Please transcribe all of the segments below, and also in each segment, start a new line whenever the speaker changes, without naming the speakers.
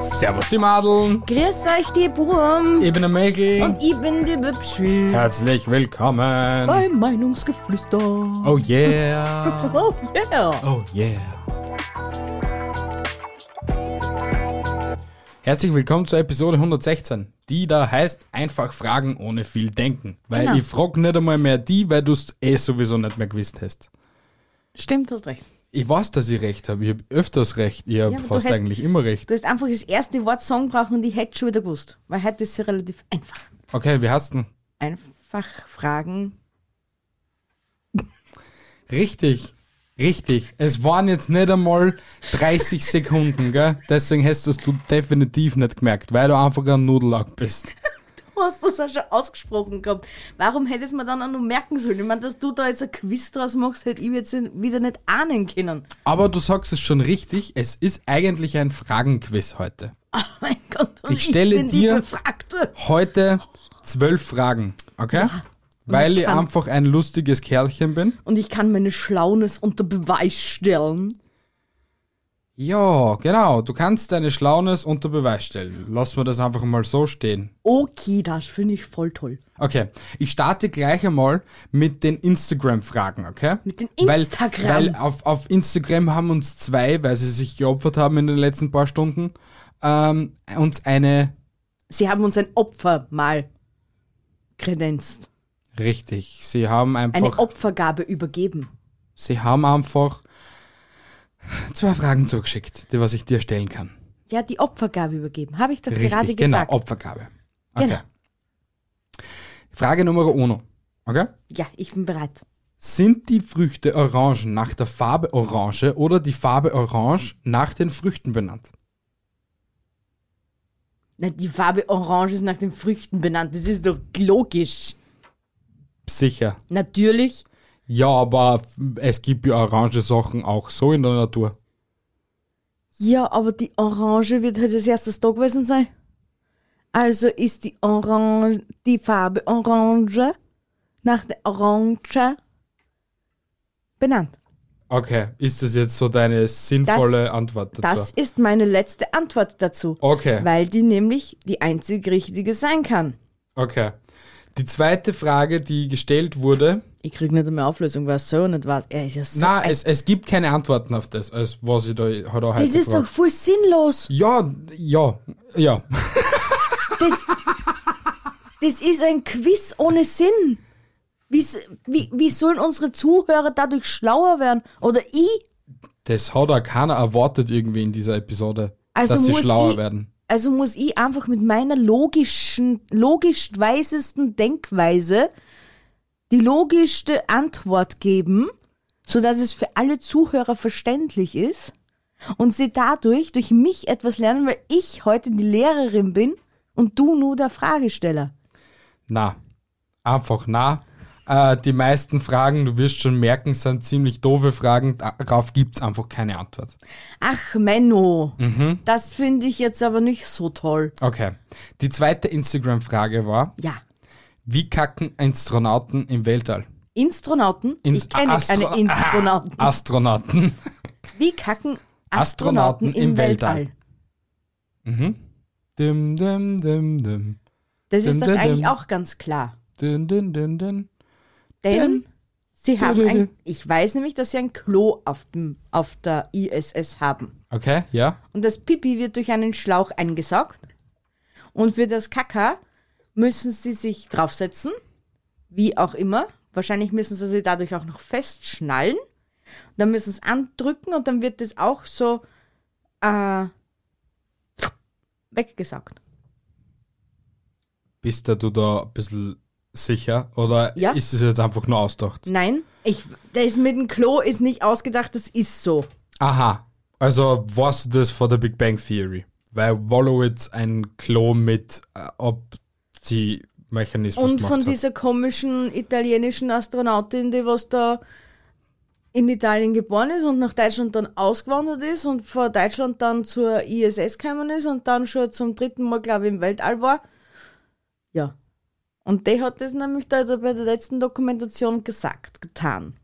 Servus die Madeln,
Grüß euch, die Burm.
ich bin der Mäkel.
Und ich bin die Wipschi.
Herzlich willkommen.
Beim Meinungsgeflüster.
Oh yeah.
Oh yeah.
Oh yeah. Herzlich willkommen zur Episode 116, die da heißt einfach fragen ohne viel denken. Weil
Genau.
ich frag nicht einmal mehr die, weil du es eh sowieso nicht mehr gewusst hast.
Stimmt, hast recht.
Ich weiß, dass ich recht habe. Ich habe öfters recht. Ich habe
aber du
fast
hast-
eigentlich immer recht.
Du hast einfach das erste Wort Song brauchen und ich hätte schon wieder gewusst. Weil heute ist sie relativ einfach.
Okay, wie hast denn?
Einfach fragen.
Richtig, richtig. Es waren jetzt nicht einmal 30 Sekunden, gell? Deswegen hast du es du definitiv nicht gemerkt, weil du einfach ein Nudellack bist.
Du hast das auch schon ausgesprochen gehabt. Warum hättest man dann auch noch merken sollen? Ich meine, dass du da jetzt ein Quiz draus machst, hätte ich jetzt wieder nicht ahnen können.
Aber du sagst es schon richtig, es ist eigentlich ein Fragenquiz heute.
Oh mein Gott. und
Ich stelle
bin
dir-
Die Befragte.
Heute zwölf Fragen, okay? weil
ich
ich
kann-
einfach ein lustiges Kerlchen bin.
Und ich kann meine Schlaunis unter Beweis stellen.
Ja, genau. Du kannst deine Schlaunis unter Beweis stellen. Lass mir das einfach mal so stehen.
Okay, das finde ich voll toll.
Okay, ich starte gleich einmal mit den Instagram-Fragen, okay?
Mit den
Weil-
Instagram.
Weil, auf, auf Instagram haben uns zwei, weil sie sich geopfert haben in den letzten paar Stunden, ähm, uns eine
Sie haben uns ein Opfer mal kredenzt.
richtig. Sie haben
Eine
einfach,
Opfergabe übergeben.
sie haben einfach zwei Fragen zugeschickt, die was ich dir stellen kann.
Ja, die Opfergabe übergeben. Habe ich doch
Richtig,
gerade
genau,
gesagt.
Opfergabe. Okay.
Genau.
Frage Nummer uno. Okay?
ja, ich bin bereit.
Sind die Früchte Orangen nach der Farbe Orange oder die Farbe Orange nach den Früchten benannt?
Na, die Farbe Orange ist nach den Früchten benannt. Das ist doch logisch.
Sicher.
Natürlich.
Ja, aber es gibt ja orange Sachen auch so in der Natur.
Ja, aber die Orange wird halt das erste da gewesen sein. Also ist die Orange, die Farbe Orange nach der Orange benannt.
Okay, ist das jetzt so deine sinnvolle Antwort dazu?
Das ist meine letzte Antwort dazu.
okay,
Weil die nämlich die einzig richtige sein kann.
okay. Die zweite Frage, die gestellt wurde,
Ich krieg nicht einmal Auflösung, was so nicht was. Er ist ja so.
na, es, es gibt keine Antworten auf das, als was ich da heute
das ist doch voll sinnlos.
Ja, ja, ja.
Das, das ist ein Quiz ohne Sinn. Wie, s- wie, wie sollen unsere Zuhörer dadurch schlauer werden? Oder ich?
Das hat auch keiner erwartet irgendwie in dieser Episode,
Also
dass sie
muss
schlauer
ich-
werden.
Also muss ich einfach mit meiner logischen, logisch weisesten Denkweise die logischste Antwort geben, sodass es für alle Zuhörer verständlich ist und sie dadurch durch mich etwas lernen, weil ich heute die Lehrerin bin und du nur der Fragesteller.
Na, einfach na. Äh, die meisten Fragen, du wirst schon merken, sind ziemlich doofe Fragen. Darauf gibt es einfach keine Antwort.
Ach, Menno,
Mhm.
das finde ich jetzt aber nicht so toll.
Okay. Die zweite Instagram-Frage war,
Ja,
wie kacken Astronauten im Weltall?
Instronauten? ich kenne
Astro-
keine Instronauten.
Ah, Astronauten.
Wie kacken
Astronauten
Astronauten,
im
im Weltall?
Weltall. Dim, dim, dim, dim.
Das
Dim,
ist doch
dim,
eigentlich
dim.
auch ganz klar.
Din, din, din, din.
Denn sie haben
dö, dö.
ein, ich weiß nämlich, dass sie ein Klo auf, dem, auf der ISS haben.
Okay, ja.
Und das Pipi wird durch einen Schlauch eingesaugt. Und für das Kaka müssen sie sich draufsetzen, wie auch immer. Wahrscheinlich müssen sie sie dadurch auch noch festschnallen. Dann müssen sie es andrücken und dann wird das auch so äh, weggesaugt.
Bist da du da ein bisschen sicher? Oder
Ja.
ist es jetzt einfach nur ausgedacht?
Nein, ich, das mit dem Klo ist nicht ausgedacht, das ist so.
Aha. Also warst du das vor der Big Bang Theory? Weil Wallowitz ein Klo mit äh, Opti-Mechanismus
Und
gemacht
von
hat.
dieser komischen italienischen Astronautin, die was da in Italien geboren ist und nach Deutschland dann ausgewandert ist und vor Deutschland dann zur ISS gekommen ist und dann schon zum dritten Mal, glaube ich, im Weltall war. Ja. Und die hat das nämlich da bei der letzten Dokumentation gesagt, getan.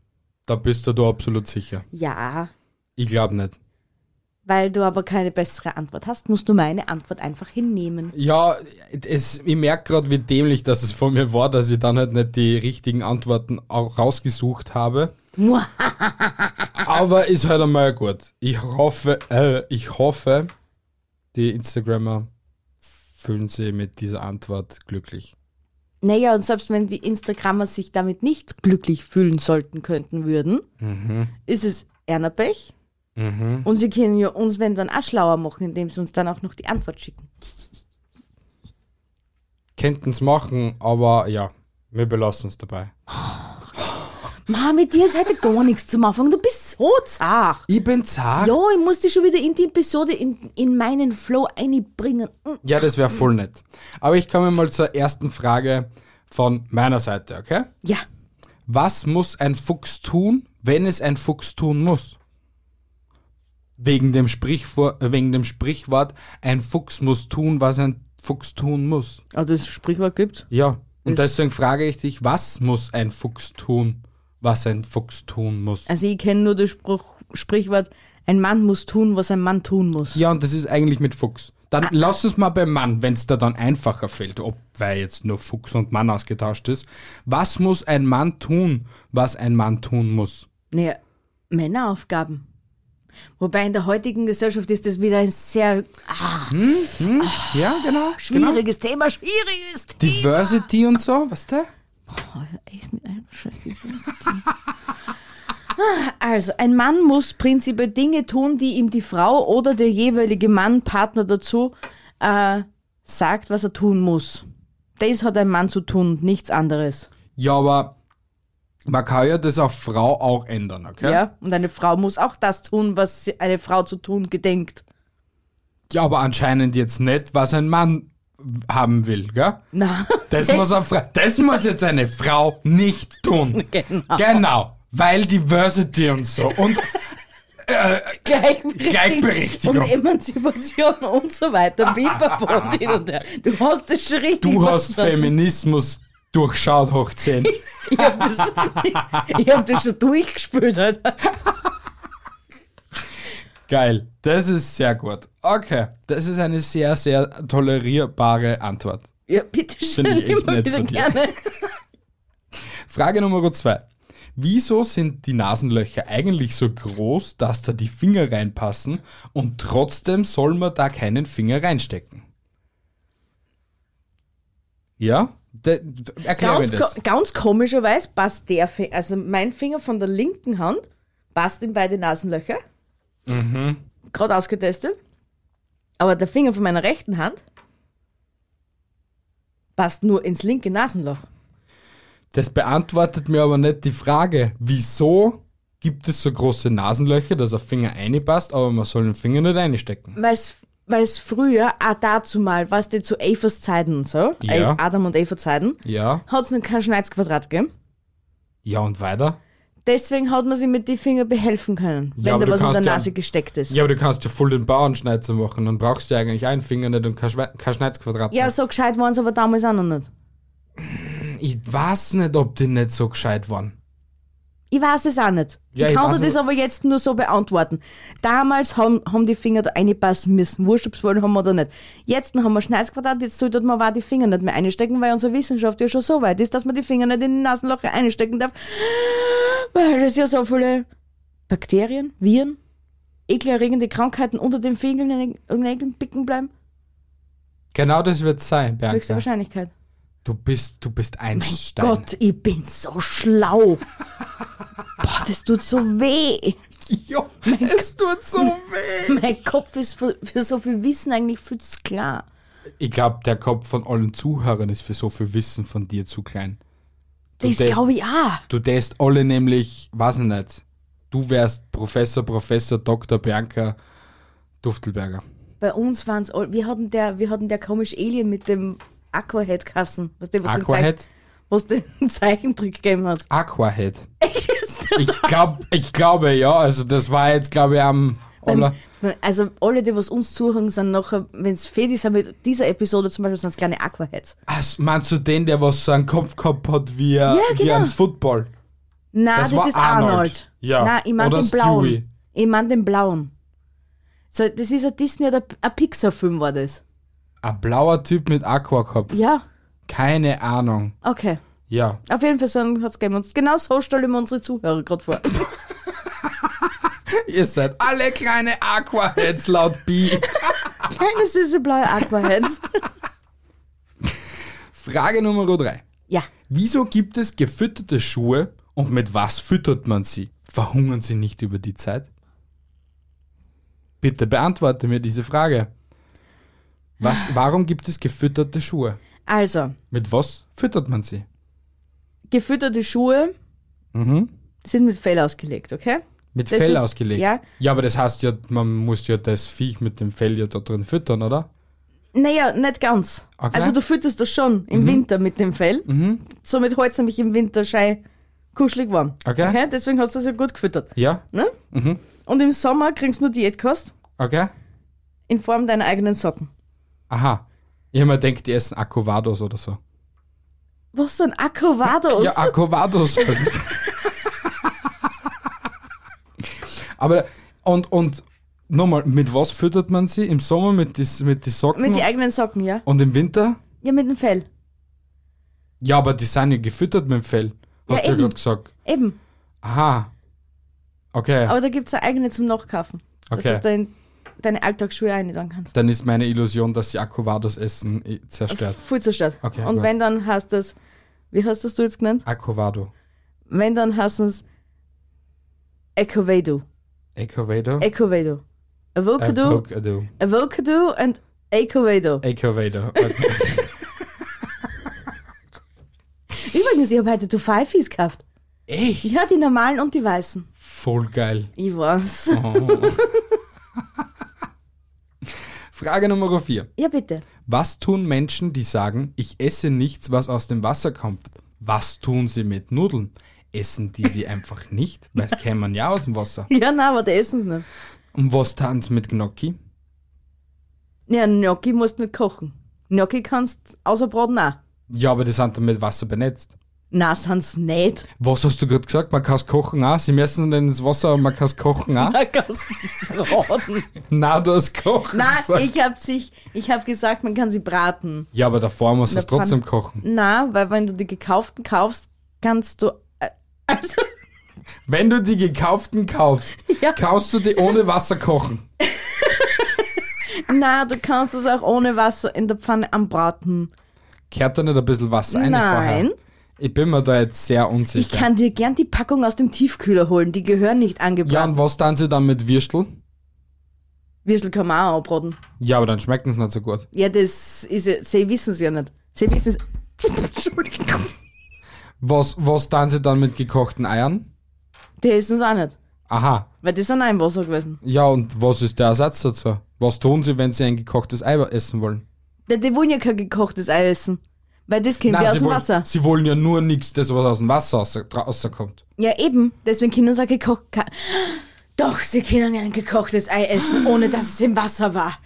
Da bist du da absolut sicher.
Ja,
Ich glaube nicht.
Weil du aber keine bessere Antwort hast, musst du meine Antwort einfach hinnehmen.
Ja, es, ich merke gerade, wie dämlich das es von mir war, dass ich dann halt nicht die richtigen Antworten auch rausgesucht habe. Aber ist halt einmal gut. Ich hoffe, äh, ich hoffe, die Instagrammer fühlen sich mit dieser Antwort glücklich.
Naja, und selbst wenn die Instagrammer sich damit nicht glücklich fühlen sollten, könnten, würden, ist es Ernerpech. Und sie können ja uns, wenn dann auch schlauer machen, indem sie uns dann auch noch die Antwort schicken.
Könnten es machen, aber ja, wir belassen es dabei.
Ma, mit dir ist heute gar nichts zum Anfang. Du bist so zart.
Ich bin zart.
Ja, ich muss dich schon wieder in die Episode in, in meinen Flow einbringen. Mm.
Ja, das wäre voll nett. Aber ich komme mal zur ersten Frage von meiner Seite, okay?
Ja,
Was muss ein Fuchs tun, wenn es ein Fuchs tun muss? Wegen dem, Sprichwort, wegen dem Sprichwort, ein Fuchs muss tun, was ein Fuchs tun muss.
also das Sprichwort gibt's.
Ja. Und deswegen frage ich dich, was muss ein Fuchs tun, was ein Fuchs tun muss?
Also ich kenne nur das Spruch, Sprichwort, ein Mann muss tun, was ein Mann tun muss.
Ja, und das ist eigentlich mit Fuchs. Dann lass uns mal beim Mann, wenn es da dann einfacher fällt, ob weil jetzt nur Fuchs und Mann ausgetauscht ist. Was muss ein Mann tun, was ein Mann tun muss?
Naja, Männeraufgaben. Wobei in der heutigen Gesellschaft ist das wieder ein sehr ah,
Ja, genau.
schwieriges Thema, schwieriges Thema.
Diversity und so, was da?
Oh, Echt mit einem Scheiß, die Wurst. Also, ein Mann muss prinzipiell Dinge tun, die ihm die Frau oder der jeweilige Mann, Partner dazu äh, sagt, was er tun muss. Das hat ein Mann zu tun, nichts anderes.
Ja, aber man kann ja das auf Frau auch ändern, okay?
Ja. Und eine Frau muss auch das tun, was sie- eine Frau zu tun gedenkt.
ja aber anscheinend jetzt nicht, was ein Mann haben will, gell?
Na,
Das muss, eine Fra das muss jetzt eine Frau nicht tun.
Genau.
Genau, weil Diversity und so. Und
Gleichberechtigung,
Gleichberechtigung.
und Emanzipation und so weiter. Pipapo und hin und her. Du hast das schon richtig
du hast
verstanden.
Feminismus durchschaut hoch 10.
Ich hab das, ich hab das schon durchgespült, Alter.
Geil, das ist sehr gut. Okay, das ist eine sehr, sehr tolerierbare Antwort.
Ja, bitteschön,
Finde ich echt
immer
nett
wieder
von dir.
gerne.
Frage Nummer zwei. Wieso sind die Nasenlöcher eigentlich so groß, dass da die Finger reinpassen und trotzdem soll man da keinen Finger reinstecken? Ja? De, erklär mir
Ganz,
das.
ko ganz komischerweise passt der Finger, also mein Finger von der linken Hand passt in beide Nasenlöcher.
Mhm.
Gerade ausgetestet. Aber der Finger von meiner rechten Hand passt nur ins linke Nasenloch.
Das beantwortet mir aber nicht die Frage, wieso gibt es so große Nasenlöcher, dass ein Finger reinpasst, aber man soll den Finger nicht reinstecken.
Weil es früher, auch dazu mal, was die zu Evas Zeiten und so,
Ja.
Ä- Adam und Eva Zeiten,
Ja?
hat es kein Schneidquadrat gegeben.
Ja und weiter?
Deswegen hat man sie mit den Fingern behelfen können, wenn
aber
da
du
was in der
kannst ja-
Nase gesteckt ist.
Ja, aber du kannst ja voll den Bauernschneizer machen, dann brauchst du ja eigentlich einen Finger nicht und kein, Schwe- kein Schneidquadrat.
Ja, so gescheit waren sie aber damals auch noch nicht.
Ich weiß nicht, ob die nicht so gescheit waren.
Ich weiß es auch nicht.
Ja,
ich
ich
kann
weiß
dir das
es-
aber jetzt nur so beantworten. Damals haben, haben die Finger da reinpassen müssen. Wurscht, ob sie wollen haben oder nicht. Jetzt haben wir Schneidquadrat, jetzt sollte man auch die Finger nicht mehr einstecken, weil unsere Wissenschaft ja schon so weit ist, dass man die Finger nicht in die Nasenlöcher einstecken darf. Weil es ja so viele Bakterien, Viren, ekelerregende Krankheiten unter den Fingern und den Nägeln picken bleiben.
Genau das wird sein,
Höchste
Bianca.
Wahrscheinlichkeit.
Du bist, du bist ein Stein.
Gott, ich bin so schlau. Boah, das tut so weh.
Ja, es tut so weh.
Mein Kopf ist für, für so viel Wissen eigentlich viel zu klar.
Ich glaube, der Kopf von allen Zuhörern ist für so viel Wissen von dir zu klein. Du
Das
das-
glaube ich auch.
Du tätst alle nämlich, weiß ich nicht, du wärst Professor, Professor, Dr. Bianca Duftelberger.
Bei uns waren es all. Wir hatten der, wir hatten der komisch Alien mit dem Aquahead-Kassen. Was den, was Den,
Aquahead?
Zeich- was den Zeichentrick gegeben hat.
Aquahead. Ich, glaub, ich glaube, ja, also das war jetzt, glaube ich, am... Aller,
Also alle, die was uns zuhören, sind nachher, wenn es Fedis sind mit dieser Episode zum Beispiel, sind es kleine Aquaheads.
Ach, Ah, meinst du den, der was so einen Kopf gehabt hat wie, ein-
Ja,
wie
genau.
ein Football?
Nein,
Das
das,
war
ist
Arnold.
Arnold.
Ja.
Nein, ich meine
Oder
den blauen.
Stewie.
Ich meine den blauen. So, das ist ein Disney oder ein Pixar-Film war das.
Ein blauer Typ mit Aquakopf.
Ja,
Keine Ahnung.
okay.
Ja.
Auf jeden Fall so hat es gegeben. Und genau so stellen wir unsere Zuhörer gerade vor.
Ihr seid alle kleine Aquaheads laut B.
Nein, es ist ein blauer Aquaheads.
Frage Nummer drei.
ja,
Wieso gibt es gefütterte Schuhe und mit was füttert man sie? Verhungern sie nicht über die Zeit? Bitte beantworte mir diese Frage. Was,
Ah.
warum gibt es gefütterte Schuhe?
also,
Mit was füttert man sie?
gefütterte Schuhe
Mhm.
sind mit Fell ausgelegt, okay?
Mit
Das
Fell
ist-
ausgelegt.
ja.
ja, aber das heißt ja, man muss ja das Viech mit dem Fell ja da drin füttern, oder?
Naja, nicht ganz.
Okay. Mhm.
Also du fütterst das schon im Winter mit dem Fell. Somit holt es nämlich im Winter schei kuschelig warm.
Okay.
Deswegen hast du es ja gut gefüttert.
Ja?
Ne? Und im Sommer kriegst du nur Diätkost
Okay.
in Form deiner eigenen Socken.
Aha. Ich hab mir gedacht, die essen Aquavados oder so.
Was denn? Aquavados?
Ja, Aquavados. halt. Aber, und, und nochmal, mit was füttert man sie? Im Sommer mit die, mit die Socken
mit den eigenen Socken, ja?
und im Winter?
Ja, mit dem Fell.
Ja, aber die sind ja gefüttert mit dem Fell. Hast du ja
eben.
gerade gesagt.
Eben.
Aha. Okay,
Aber da gibt es eine eigene zum Nachkaufen.
Okay.
Dass du dein, deine Alltagsschuhe einladen kannst.
dann ist meine Illusion, dass sie Aquavados essen, eh, zerstört.
Voll zerstört.
Okay,
Und
gut.
wenn dann hast das, wie hast das du jetzt genannt?
Aquavado.
Wenn dann hast es Ecovedo.
Aquavado?
Ecovedo.
Äh,
Avocado,
Avocado.
Avocado and Ecovedo.
Aquavado. Okay.
Übrigens, ich habe heute Du Fifies gekauft.
Echt?
Ja, die normalen und die weißen.
Voll geil.
Ich weiß.
Frage Nummer 4.
Ja, bitte.
Was tun Menschen, die sagen, ich esse nichts, was aus dem Wasser kommt? Was tun sie mit Nudeln? Essen die sie einfach nicht? Weil es kämen ja aus dem Wasser.
Ja, nein, aber die essen es nicht.
Und was tun sie mit Gnocchi?
Ja, Gnocchi musst nicht kochen. Gnocchi kannst außer Brot auch.
Ja, aber die sind dann mit Wasser benetzt.
Nein, sind's nicht.
Was hast du gerade gesagt? Man kann es kochen auch. Sie messen dann ins Wasser und man kann es kochen auch.
Man kann's braten.
Nein, du hast kochen.
Nein,
gesagt.
ich hab sich, ich hab gesagt, man kann sie braten.
ja, aber davor musst du
Na,
es trotzdem
Pfann-
kochen.
Na, weil wenn du die gekauften kaufst, kannst du. äh, Also,
Wenn du die gekauften kaufst,
Ja.
kaufst du die ohne Wasser kochen.
na, du kannst es auch ohne Wasser in der Pfanne anbraten.
Kehrt da nicht ein bisschen Wasser rein
Nein.
vorher? Ich bin mir da jetzt sehr unsicher.
Ich kann dir gern die Packung aus dem Tiefkühler holen, die gehören nicht
Ja, und
angebraten.
was tun sie dann mit Würstel?
Würstel kann man auch anbraten.
Ja, aber dann schmecken sie nicht so gut.
Ja, das ist ja, sie wissen es ja nicht. Sie wissen es. Entschuldigung.
Was, was tun sie dann mit gekochten Eiern?
Die essen es auch nicht.
Aha.
Weil das sind auch im Wasser gewesen.
Ja, und was ist der Ersatz dazu? Was tun sie, wenn sie ein gekochtes Ei essen wollen?
Die, die wollen ja kein gekochtes Ei essen. Weil das kennen wir aus
sie,
dem
wollen,
Wasser.
sie wollen ja nur nichts, das was aus dem Wasser raus- dra- rauskommt.
Ja, eben. Deswegen können sie auch gekocht. ka- Doch, sie können ein gekochtes Ei essen, ohne dass es im Wasser war.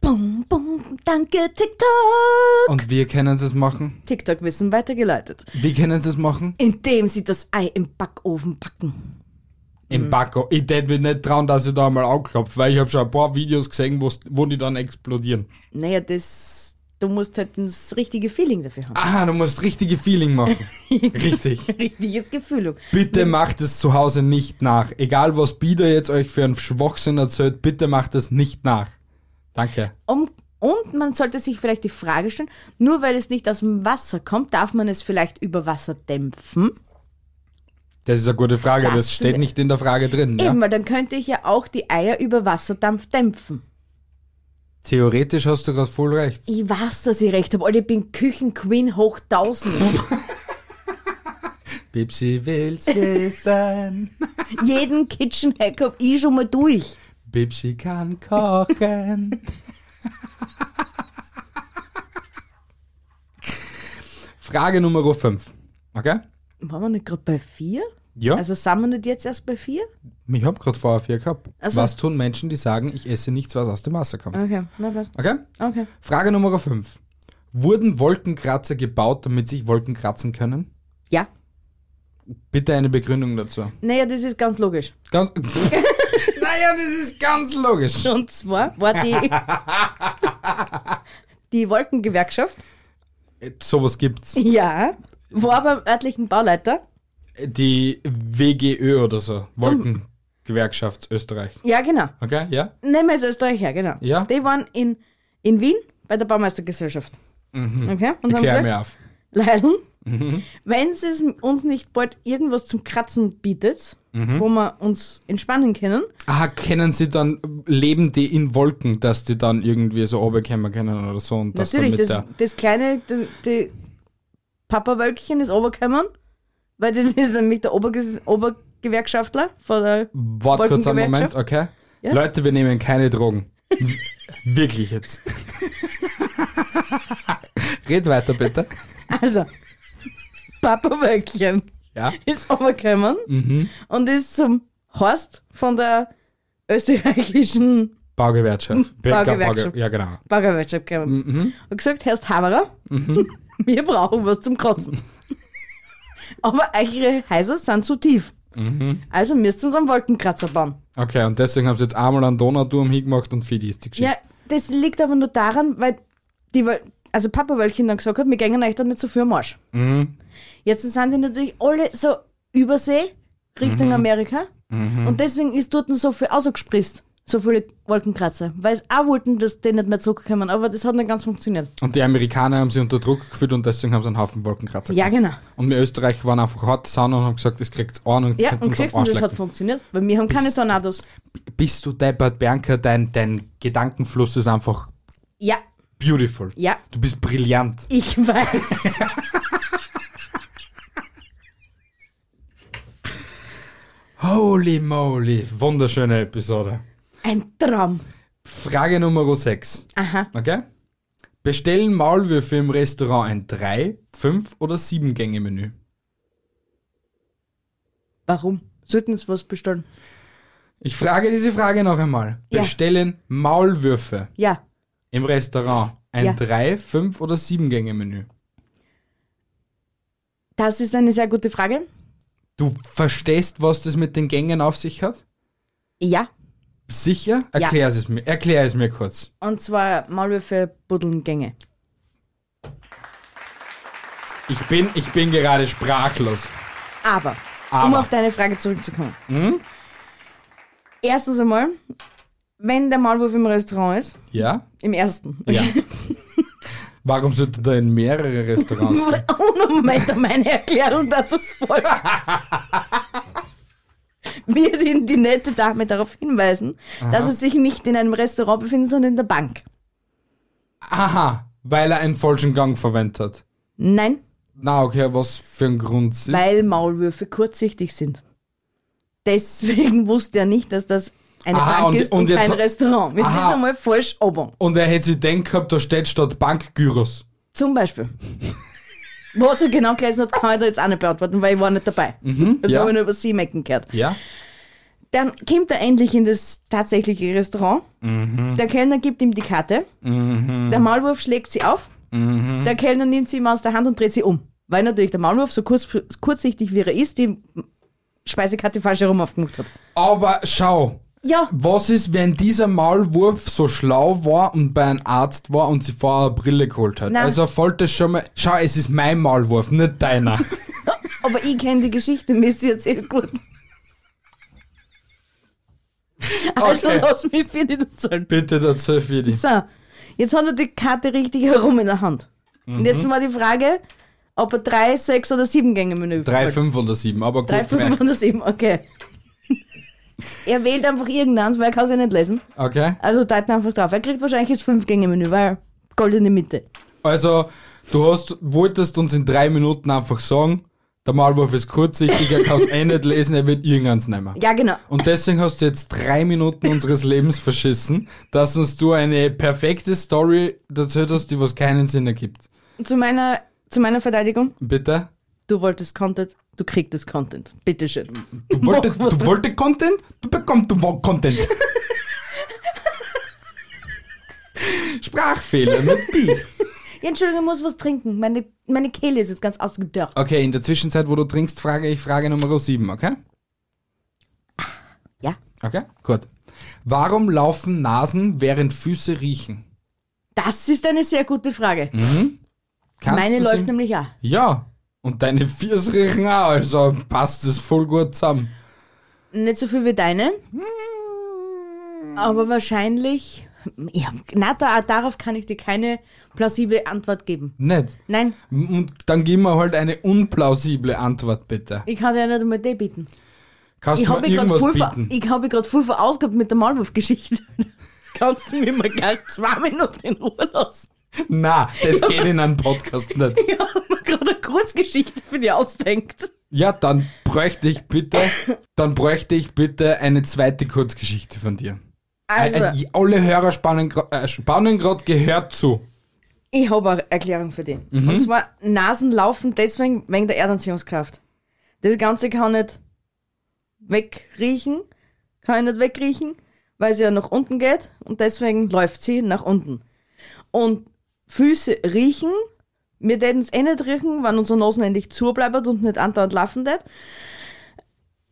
Bum, bum, danke, TikTok.
Und wie können sie es machen?
TikTok-Wissen weitergeleitet.
Wie können sie es machen?
Indem sie das Ei im Backofen backen. Hm.
Im Backo. Ich tät mich nicht trauen, dass ich da einmal anklopfe, weil ich habe schon ein paar Videos gesehen, wo's- wo die dann explodieren.
Naja, das. Du musst halt das richtige Feeling dafür haben.
Aha, du musst richtige Feeling machen. Richtig.
Ah. Richtiges Gefühl.
Bitte macht es zu Hause nicht nach. Egal was Bieder jetzt euch für einen Schwachsinn erzählt, bitte macht es nicht nach. Danke.
Um, und man sollte sich vielleicht die Frage stellen: Nur weil es nicht aus dem Wasser kommt, darf man es vielleicht über Wasser dämpfen?
Das ist eine gute Frage, das,
Das
steht
wär-
nicht in der Frage drin. Ja?
Eben, weil dann könnte ich ja auch die Eier über Wasserdampf dämpfen.
Theoretisch hast du gerade voll recht.
Ich weiß, dass ich recht habe. Alter, ich bin Küchenqueen hoch 1000.
Bipsi will's wissen.
Jeden Kitchen Hack hab ich schon mal durch.
Bipsi kann kochen. Frage Nummer 5. Okay?
Waren wir nicht gerade bei vier?
Ja.
Also sind wir nicht jetzt erst bei vier?
ich hab gerade vorher vier gehabt.
Also- Mhm.
Was tun Menschen, die sagen, ich esse nichts, was aus dem Wasser kommt?
Okay, na passt.
Okay?
Okay.
Frage Nummer 5. Wurden Wolkenkratzer gebaut, damit sich Wolken kratzen können?
Ja,
Bitte eine Begründung dazu.
Naja, das ist ganz logisch.
Ganz. naja, das ist ganz logisch.
Und zwar war die, die Wolkengewerkschaft,
Äh, Sowas gibt's.
ja, war beim örtlichen Bauleiter,
Die WGÖ oder so. Wolkengewerkschaft Österreich.
ja genau,
Okay, ja?
nehmen wir jetzt Österreich her, genau.
Ja.
Die waren in, in Wien bei der Baumeistergesellschaft. Okay, und haben
Klär
gesagt,
mir auf.
Leideln,
Mhm.
wenn es uns nicht bald irgendwas zum Kratzen bietet,
Mhm.
wo wir uns entspannen können,
Aha, kennen sie dann, leben die in Wolken, dass die dann irgendwie so runterkommen können oder so und das dann
Natürlich,
mit
das,
der...
das kleine die, die Papawölkchen ist runtergekommen, weil das ist nämlich der Oberges Obergewerkschaftler von der.
Warte kurz einen Moment,
Wolkengewerkschaft?
okay?
Ja.
Leute, wir nehmen keine Drogen. W- Wirklich jetzt. Red weiter bitte.
Also, Papawölkchen
Ja.
ist runtergekommen
Mhm.
und ist zum Horst von der österreichischen
Baugewerkschaft. Be-
Mhm. Baugewerkschaft.
Bauge- Ja, genau.
Baggerwirtschaft gekommen. Und gesagt, Herr Haberer, Mhm. wir brauchen was zum Kotzen. Aber eure Häuser sind zu tief. Also müsst ihr uns einen Wolkenkratzer bauen.
Okay, und deswegen haben sie jetzt einmal einen Donauturm hingemacht und viel ist die Geschichte.
Ja, das liegt aber nur daran, weil die, Wöl- also Papa Wölkchen dann gesagt hat, wir gehen euch dann nicht so viel am Arsch. Mhm. Jetzt sind die natürlich alle so übersee, Richtung Amerika. Und deswegen ist dort so viel ausgespritzt, so viele Wolkenkratzer. Weil sie auch wollten, dass die nicht mehr zurückkommen, aber das hat nicht ganz funktioniert.
Und die Amerikaner haben sie unter Druck gefühlt und deswegen haben sie einen Haufen Wolkenkratzer
Ja,
gemacht.
genau.
Und wir Österreich waren einfach hart sauen und haben gesagt, das kriegt's an und
Ja,
könnt
und
uns am
siehst du,
Arsch
das hat
lecken.
funktioniert. Weil wir haben keine
Bist-
Tornados.
Bist du deppert, Bianca, dein, dein Gedankenfluss ist einfach
Ja,
beautiful.
ja,
Du bist brillant.
ich weiß.
Holy moly, wunderschöne Episode.
Ein Traum.
Frage Nummer 6.
Aha.
Okay? Bestellen Maulwürfe im Restaurant ein 3, 5 oder 7 Gänge Menü?
Warum? Sollten sie was bestellen?
Ich frage diese Frage noch einmal.
Ja.
Bestellen Maulwürfe
Ja,
im Restaurant
Ja.
ein 3, 5 oder 7 Gänge Menü?
das ist eine sehr gute Frage.
Du verstehst, was das mit den Gängen auf sich hat?
Ja,
Sicher? Erklär es mir. Erklär es mir kurz.
Und zwar Maulwürfe buddeln Gänge.
Ich bin, ich bin gerade sprachlos.
Aber, um
Aber. Mhm.
auf deine Frage zurückzukommen. Erstens einmal, wenn der Maulwurf im Restaurant ist,
Ja?
im ersten,
Ja. Warum sollte da in mehrere Restaurants gehen?
ohne Moment um meine Erklärung dazu folgt, wird ihn die nette Dame darauf hinweisen, dass er sich nicht in einem Restaurant befindet, sondern in der Bank.
Aha, weil er einen falschen Gang verwendet hat.
Nein,
Na, okay, was für ein Grund ist.
weil Maulwürfe kurzsichtig sind. Deswegen wusste er nicht, dass das eine
Aha,
Bank
und-
ist
und
und,
jetzt-
kein Restaurant. Jetzt
Aha.
ist einmal falsch oben.
Und er hätte sich denkt gehabt, da steht statt Bankgyros.
Zum Beispiel. Was er genau gelesen hat, kann ich da jetzt auch nicht beantworten, weil ich war nicht dabei. das
Mhm, ja.
habe ich nur über sie mecken gehört.
Ja?
Dann kommt er endlich in das tatsächliche Restaurant. Der Kellner gibt ihm die Karte. Der Maulwurf schlägt sie auf. Der Kellner nimmt sie ihm aus der Hand und dreht sie um. Weil natürlich der Maulwurf, so kurz, kurzsichtig wie er ist, die Speisekarte falsch herum aufgemacht hat.
Aber schau,
Ja,
was ist, wenn dieser Maulwurf so schlau war und bei einem Arzt war und sie vorher eine Brille geholt hat?
Na.
Also folgt das schon mal. Schau, es ist mein Maulwurf, nicht deiner.
aber ich kenne die Geschichte, mir ist sie erzählt gut. Also
Okay.
lass mich bitte erzählen.
Bitte dazu für dich.
So, jetzt hat er die Karte richtig herum in der Hand. Und
Mhm.
jetzt war die Frage, ob er drei, sechs oder sieben Gänge Menü
Drei,
wollte.
fünf oder sieben, aber gut.
drei, fünf
vielleicht.
oder sieben, okay. er wählt einfach irgendeins, weil er kann es ja nicht lesen.
Okay.
Also deuten einfach drauf. Er kriegt wahrscheinlich das fünf Gänge Menü, weil goldene Mitte.
Also, du hast, wolltest uns in drei Minuten einfach sagen, der Maulwurf ist kurzsichtig, er kann es eh nicht lesen, er wird irgendeins nehmen.
Ja, genau.
Und deswegen hast du jetzt drei Minuten unseres Lebens verschissen, dass uns du eine perfekte Story erzählt hast, die was keinen Sinn ergibt.
Und zu meiner, zu meiner Verteidigung,
Bitte?
du wolltest Content, du kriegst das Content. Bitteschön.
Du wolltest,
Mach was
du
draus.
wolltest Content? Du bekommst du wo- Content. Sprachfehler mit B.
Ja, Entschuldigung, ich muss was trinken. Meine, meine Kehle ist jetzt ganz ausgedörrt.
Okay, in der Zwischenzeit, wo du trinkst, frage ich Frage Nummer 7, okay?
Ja,
Okay, gut. Warum laufen Nasen, während Füße riechen?
das ist eine sehr gute Frage.
Mhm. Kannst
meine
du's
läuft
im-
nämlich auch.
Ja, und deine Füße riechen auch, also passt es voll gut zusammen.
Nicht so viel wie deine. Aber wahrscheinlich. Ja, na, da, darauf kann ich dir keine plausible Antwort geben.
Nicht?
Nein,
Und dann gib mir halt eine unplausible Antwort, bitte.
ich kann dir ja nicht einmal die bieten.
Kannst
Ich
du mir
habe gerade
irgendwas
voll, ver
bieten?
ich hab mich grad voll verausgabt mit der Maulwurfgeschichte. Kannst du mir mal gleich zwei Minuten in Ruhe lassen?
Na, das geht in einem Podcast nicht.
Ich habe mir gerade eine Kurzgeschichte für dich ausdenkt.
Ja, dann bräuchte ich bitte, dann bräuchte ich bitte eine zweite Kurzgeschichte von dir.
Also,
Ä- äh, alle Hörer spannen, gra- äh, spannen gerade gehört zu.
ich habe eine Erklärung für dich. Und zwar, Nasen laufen deswegen wegen der Erdanziehungskraft. Das Ganze kann nicht wegriechen, kann nicht wegriechen, weil sie ja nach unten geht und deswegen läuft sie nach unten. Und Füße riechen, wir täten es eh nicht riechen, wenn unser Nasen endlich zubleibt und nicht andauernd laufen tät.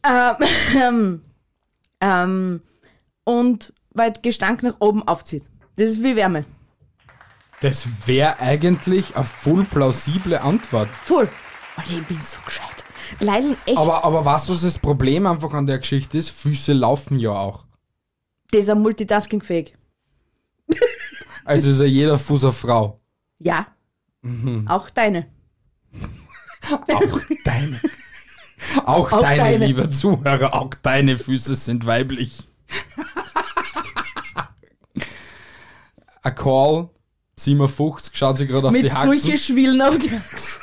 Ähm, ähm, und weil der Gestank nach oben aufzieht. Das ist wie Wärme.
Das wäre eigentlich eine voll plausible Antwort.
Voll. Alter, ich bin so gescheit. Leider echt.
Aber, aber weißt du, was das Problem einfach an der Geschichte ist? Füße laufen ja auch.
das ist ein Multitasking-fähig.
Also ist ja jeder Fuß eine Frau.
Ja.
Mhm.
Auch deine.
Auch deine. Auch,
Auch
deine,
deine.
lieber Zuhörer, auch deine Füße sind weiblich. A Call 57, schaut sie gerade auf
Mit
die Haxen.
solchen Schwielen auf die Achse.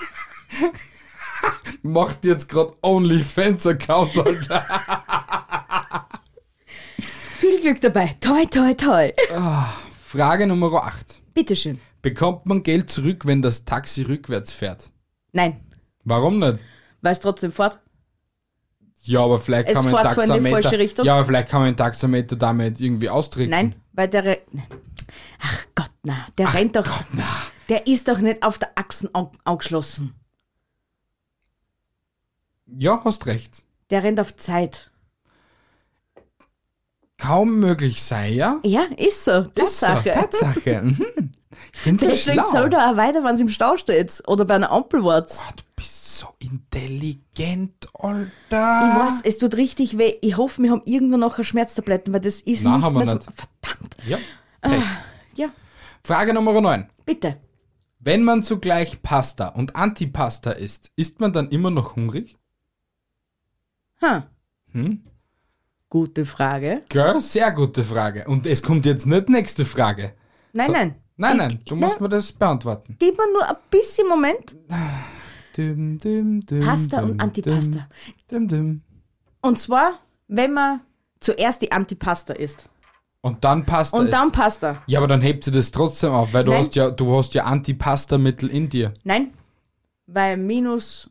Macht jetzt gerade OnlyFans-Account, Alter.
Viel Glück dabei. Toi, toi, toi.
Frage Nummer 8.
Bitteschön.
Bekommt man Geld zurück, wenn das Taxi rückwärts fährt?
Nein.
Warum nicht?
Weil es trotzdem fort.
Ja, aber vielleicht
Es
kann man den
fährt zwar in die
Taxameter.
falsche Richtung.
Ja, aber vielleicht kann man den Taxameter damit irgendwie austricksen.
Nein, weil der. Re Ach Gott, na. Der rennt doch. Der ist doch nicht auf der Achsen au- angeschlossen.
Ja, hast recht.
Der rennt auf Zeit.
Kaum möglich sei, ja?
Ja, ist so.
Ist so,
Tatsache.
Tatsache. Mhm. ich finde das
Deswegen
schlau.
soll da auch weiter, wenn es im Stau steht. Oder bei einer Ampel wart's.
Ah, du bist so intelligent, Alter.
Ich weiß, es tut richtig weh. Ich hoffe, wir haben irgendwann nachher Schmerztabletten, weil das ist
Nein,
nicht
haben wir
mehr so.
nicht.
Verdammt.
Ja. Pech.
Ah, Ja,
Frage Nummer 9.
bitte.
Wenn man zugleich Pasta und Antipasta isst, ist man dann immer noch hungrig?
Ha.
Hm?
Gute Frage.
Girl, sehr gute Frage. Und es kommt jetzt nicht nächste Frage.
Nein,
So-
nein.
Nein,
Ich- ne
nein, du
nein.
musst mir das beantworten.
Gib mir nur ein bisschen Moment.
Düm, düm, düm,
Pasta
düm,
und Antipasta.
Düm, düm, düm.
Und zwar, wenn man zuerst die Antipasta isst.
Und dann Pasta
Und
isst.
dann Pasta.
Ja, aber dann hebt sie das trotzdem auf, weil du
Nein.
hast ja, du hast ja Antipasta-Mittel in dir.
Nein. Weil Minus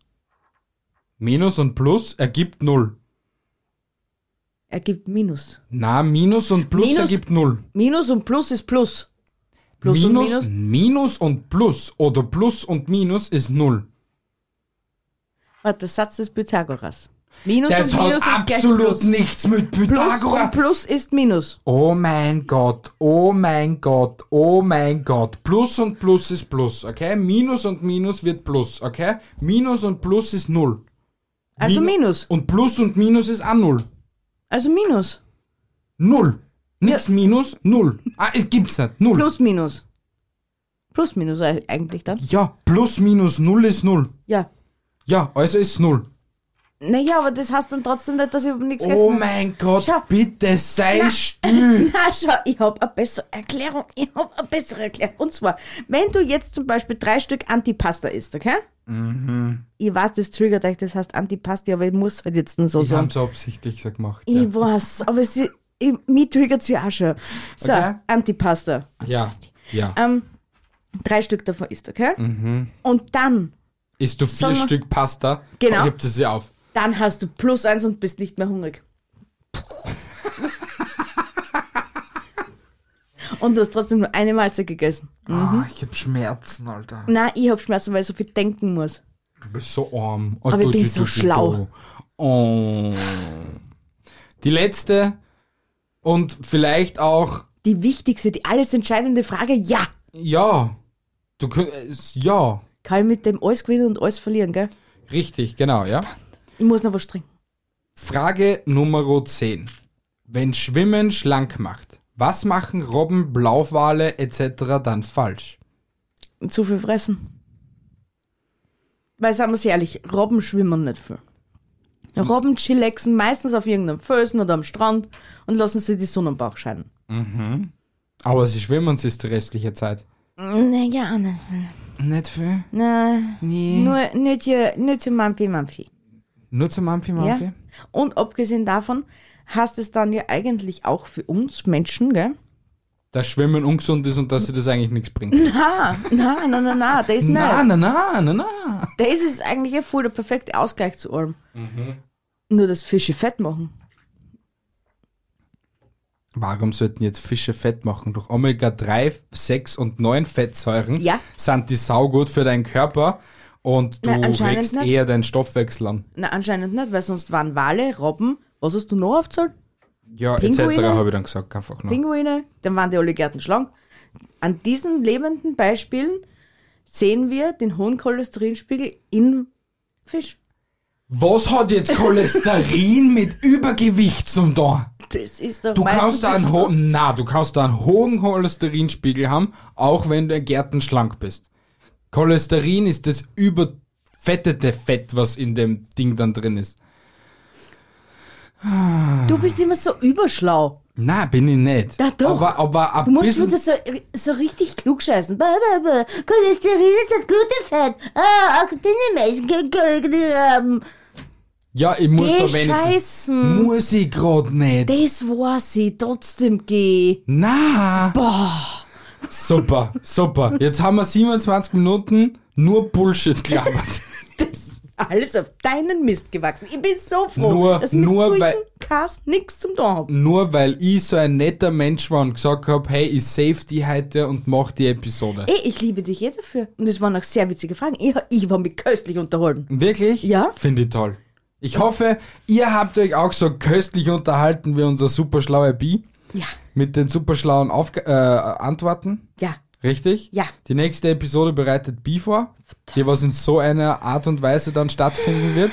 Minus und Plus ergibt Null.
ergibt Minus.
Na, Minus und Plus
Minus-
ergibt Null.
Minus und Plus ist Plus. Plus
Minus,
und Minus.
Minus und Plus oder Plus und Minus ist Null.
Warte, der Satz des Pythagoras. Minus
Das
und
hat
Minus ist gleich
halt absolut
Plus.
nichts mit
Plus und
Pythagoras.
Plus ist Minus.
Oh mein Gott, oh mein Gott, oh mein Gott. Plus und Plus ist Plus, okay? Minus und Minus wird Plus, okay? Minus und Plus ist Null.
Also
Minu-
Minus.
Und Plus und Minus ist auch Null.
Also Minus.
Null. Nichts minus, null. Ah, es gibt's nicht. Null.
Plus, Minus. Plus, Minus ei- eigentlich dann.
Ja, plus minus null ist null.
Ja.
Ja, also ist null.
Naja, aber das heißt dann trotzdem nicht, dass ich nichts
Oh
gegessen habe.
mein Gott,
Schau. äh,
bitte sei still.
Na schau, ich habe eine bessere Erklärung. Ich habe eine bessere Erklärung. Und zwar, wenn du jetzt zum Beispiel drei Stück Antipasta isst, okay? Mhm. Ich weiß, das triggert euch, das heißt Antipasti, aber ich muss halt jetzt nicht so
Ich
sagen.
hab's absichtlich so gemacht. Ja.
Ich weiß, aber sie, ich, mich triggert's ja auch schon. So,
Okay.
Antipasta.
Ja. ja.
Ähm, drei Stück davon isst, okay? Mhm. Und dann
Isst du vier
sag mal-
Stück Pasta,
Genau.
hebt es sie eh auf.
dann hast du plus eins und bist nicht mehr hungrig. Und du hast trotzdem nur eine Mahlzeit gegessen.
Ah, ich hab Schmerzen, Alter.
Na, ich hab Schmerzen, weil ich so viel denken muss.
Du bist so arm.
Aber ich bin so schlau.
Oh. Die letzte und vielleicht auch,
Die wichtigste, die alles entscheidende Frage, ja.
ja, du könntest, ja,
Kann ich mit dem alles gewinnen und alles verlieren, gell?
richtig, genau, ja.
Ich muss noch was trinken.
Frage Nummer 10. Wenn Schwimmen schlank macht, was machen Robben, Blauwale etc. dann falsch?
Und zu viel fressen. Weil, sagen wir es ehrlich, Robben schwimmen nicht viel. Robben chillaxen meistens auf irgendeinem Felsen oder am Strand und lassen sich die Sonne am Bauch scheinen.
Aber sie schwimmen sie ist die restliche Zeit.
Naja, nicht viel.
Nicht viel.
Nein.
Nee.
Äh, Nur nicht ihr, nicht ihr Mampfi Mampfi.
Nur zum Amphi
Ja?
Mamphi?
Und abgesehen davon hast es dann ja eigentlich auch für uns Menschen, gell?
Dass Schwimmen ungesund ist und dass sie das eigentlich nichts bringt.
Na, na, na, na, na, das ist
Na, na,
nicht.
na, na, na.
Das ist eigentlich ja voll der perfekte Ausgleich zu allem.
Mhm.
Nur, dass Fische fett machen.
Warum sollten jetzt Fische fett machen? Durch Omega-3, 6 und 9 Fettsäuren
Ja.
sind die saugut für deinen Körper und du
Nein, anscheinend
regst
nicht.
eher deinen Stoffwechsel an.
Na, anscheinend nicht, weil sonst waren Wale, Robben, was hast du noch aufgezahlt?
Ja, etc.
Pinguine?
habe ich dann gesagt, einfach nur.
Pinguine, dann waren die alle Gärten schlank. An diesen lebenden Beispielen sehen wir den hohen Cholesterinspiegel in Fisch.
Was hat jetzt Cholesterin mit Übergewicht zum da?
Das ist doch
Du
meistens
kannst da einen
das-
hohen, na, du kannst da einen hohen Cholesterinspiegel haben, auch wenn du gärtenschlank bist. Cholesterin ist das überfettete Fett, was in dem Ding dann drin ist.
Du bist immer so überschlau.
Na, bin ich nicht.
Na doch.
Aber, aber ein
Du musst
bisschen,
wieder so, so richtig klug scheißen. Bäh, bäh, bäh. Cholesterin ist das gute Fett. Ah, auch dünne Menschen können Cholesterin haben.
ja, ich muss
Geh
da wenigstens.
scheißen.
Muss ich grad nicht.
Das war sie. Trotzdem geh.
Na. Boah. Super, super. Jetzt haben wir 27 Minuten nur Bullshit gelabert.
Das alles auf deinen Mist gewachsen. Ich bin so froh,
Nur-
dass ich mit
nur
solchen
weil-
Cast nichts zum Tun haben.
nur weil ich so ein netter Mensch war und gesagt habe, hey, ich save die heute und mach die Episode.
Ey, ich liebe dich eh dafür. Und es waren auch sehr witzige Fragen. Ich, ich war mich köstlich unterhalten.
Wirklich?
Ja.
Finde ich toll. Ich hoffe, ihr habt euch auch so köstlich unterhalten wie unser super schlauer Bi
Ja,
mit den super schlauen Aufga äh, Antworten.
ja.
Richtig?
Ja.
Die nächste Episode bereitet B vor, die was in so einer Art und Weise dann stattfinden wird.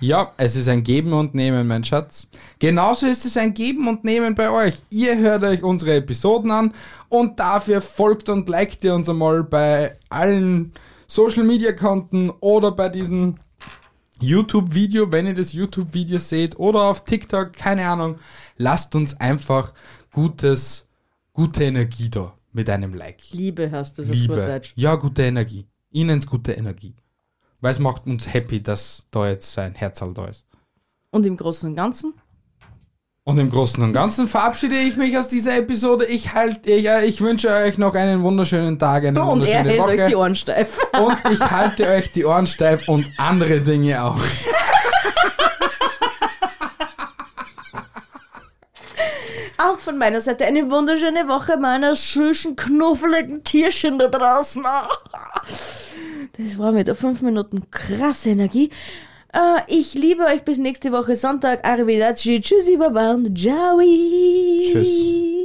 Ja, es ist ein Geben und Nehmen, mein Schatz. Genauso ist es ein Geben und Nehmen bei euch. Ihr hört euch unsere Episoden an und dafür folgt und liked ihr uns einmal bei allen Social Media Konten oder bei diesem YouTube Video, wenn ihr das YouTube Video seht oder auf TikTok, keine Ahnung. Lasst uns einfach gutes, gute Energie da mit einem Like.
Liebe hast du das auf
Liebe.
Deutsch.
Ja, gute Energie. Inens gute Energie. Weil es macht uns happy, dass da jetzt sein Herzal da ist.
Und im Großen und Ganzen?
Und im Großen und Ganzen verabschiede ich mich aus dieser Episode. Ich halt, ich, äh, ich wünsche euch noch einen wunderschönen Tag, eine
und er
wunderschöne
hält euch die
Woche.
Ohren steif.
Und ich halte euch die Ohren steif und andere Dinge auch.
Auch von meiner Seite eine wunderschöne Woche meiner süßen, knuffeligen Tierchen da draußen. Das war mit fünf Minuten krasse Energie. Äh, Ich liebe euch bis nächste Woche Sonntag. Arrivederci. Tschüssi, Baba und Ciao.
Tschüss.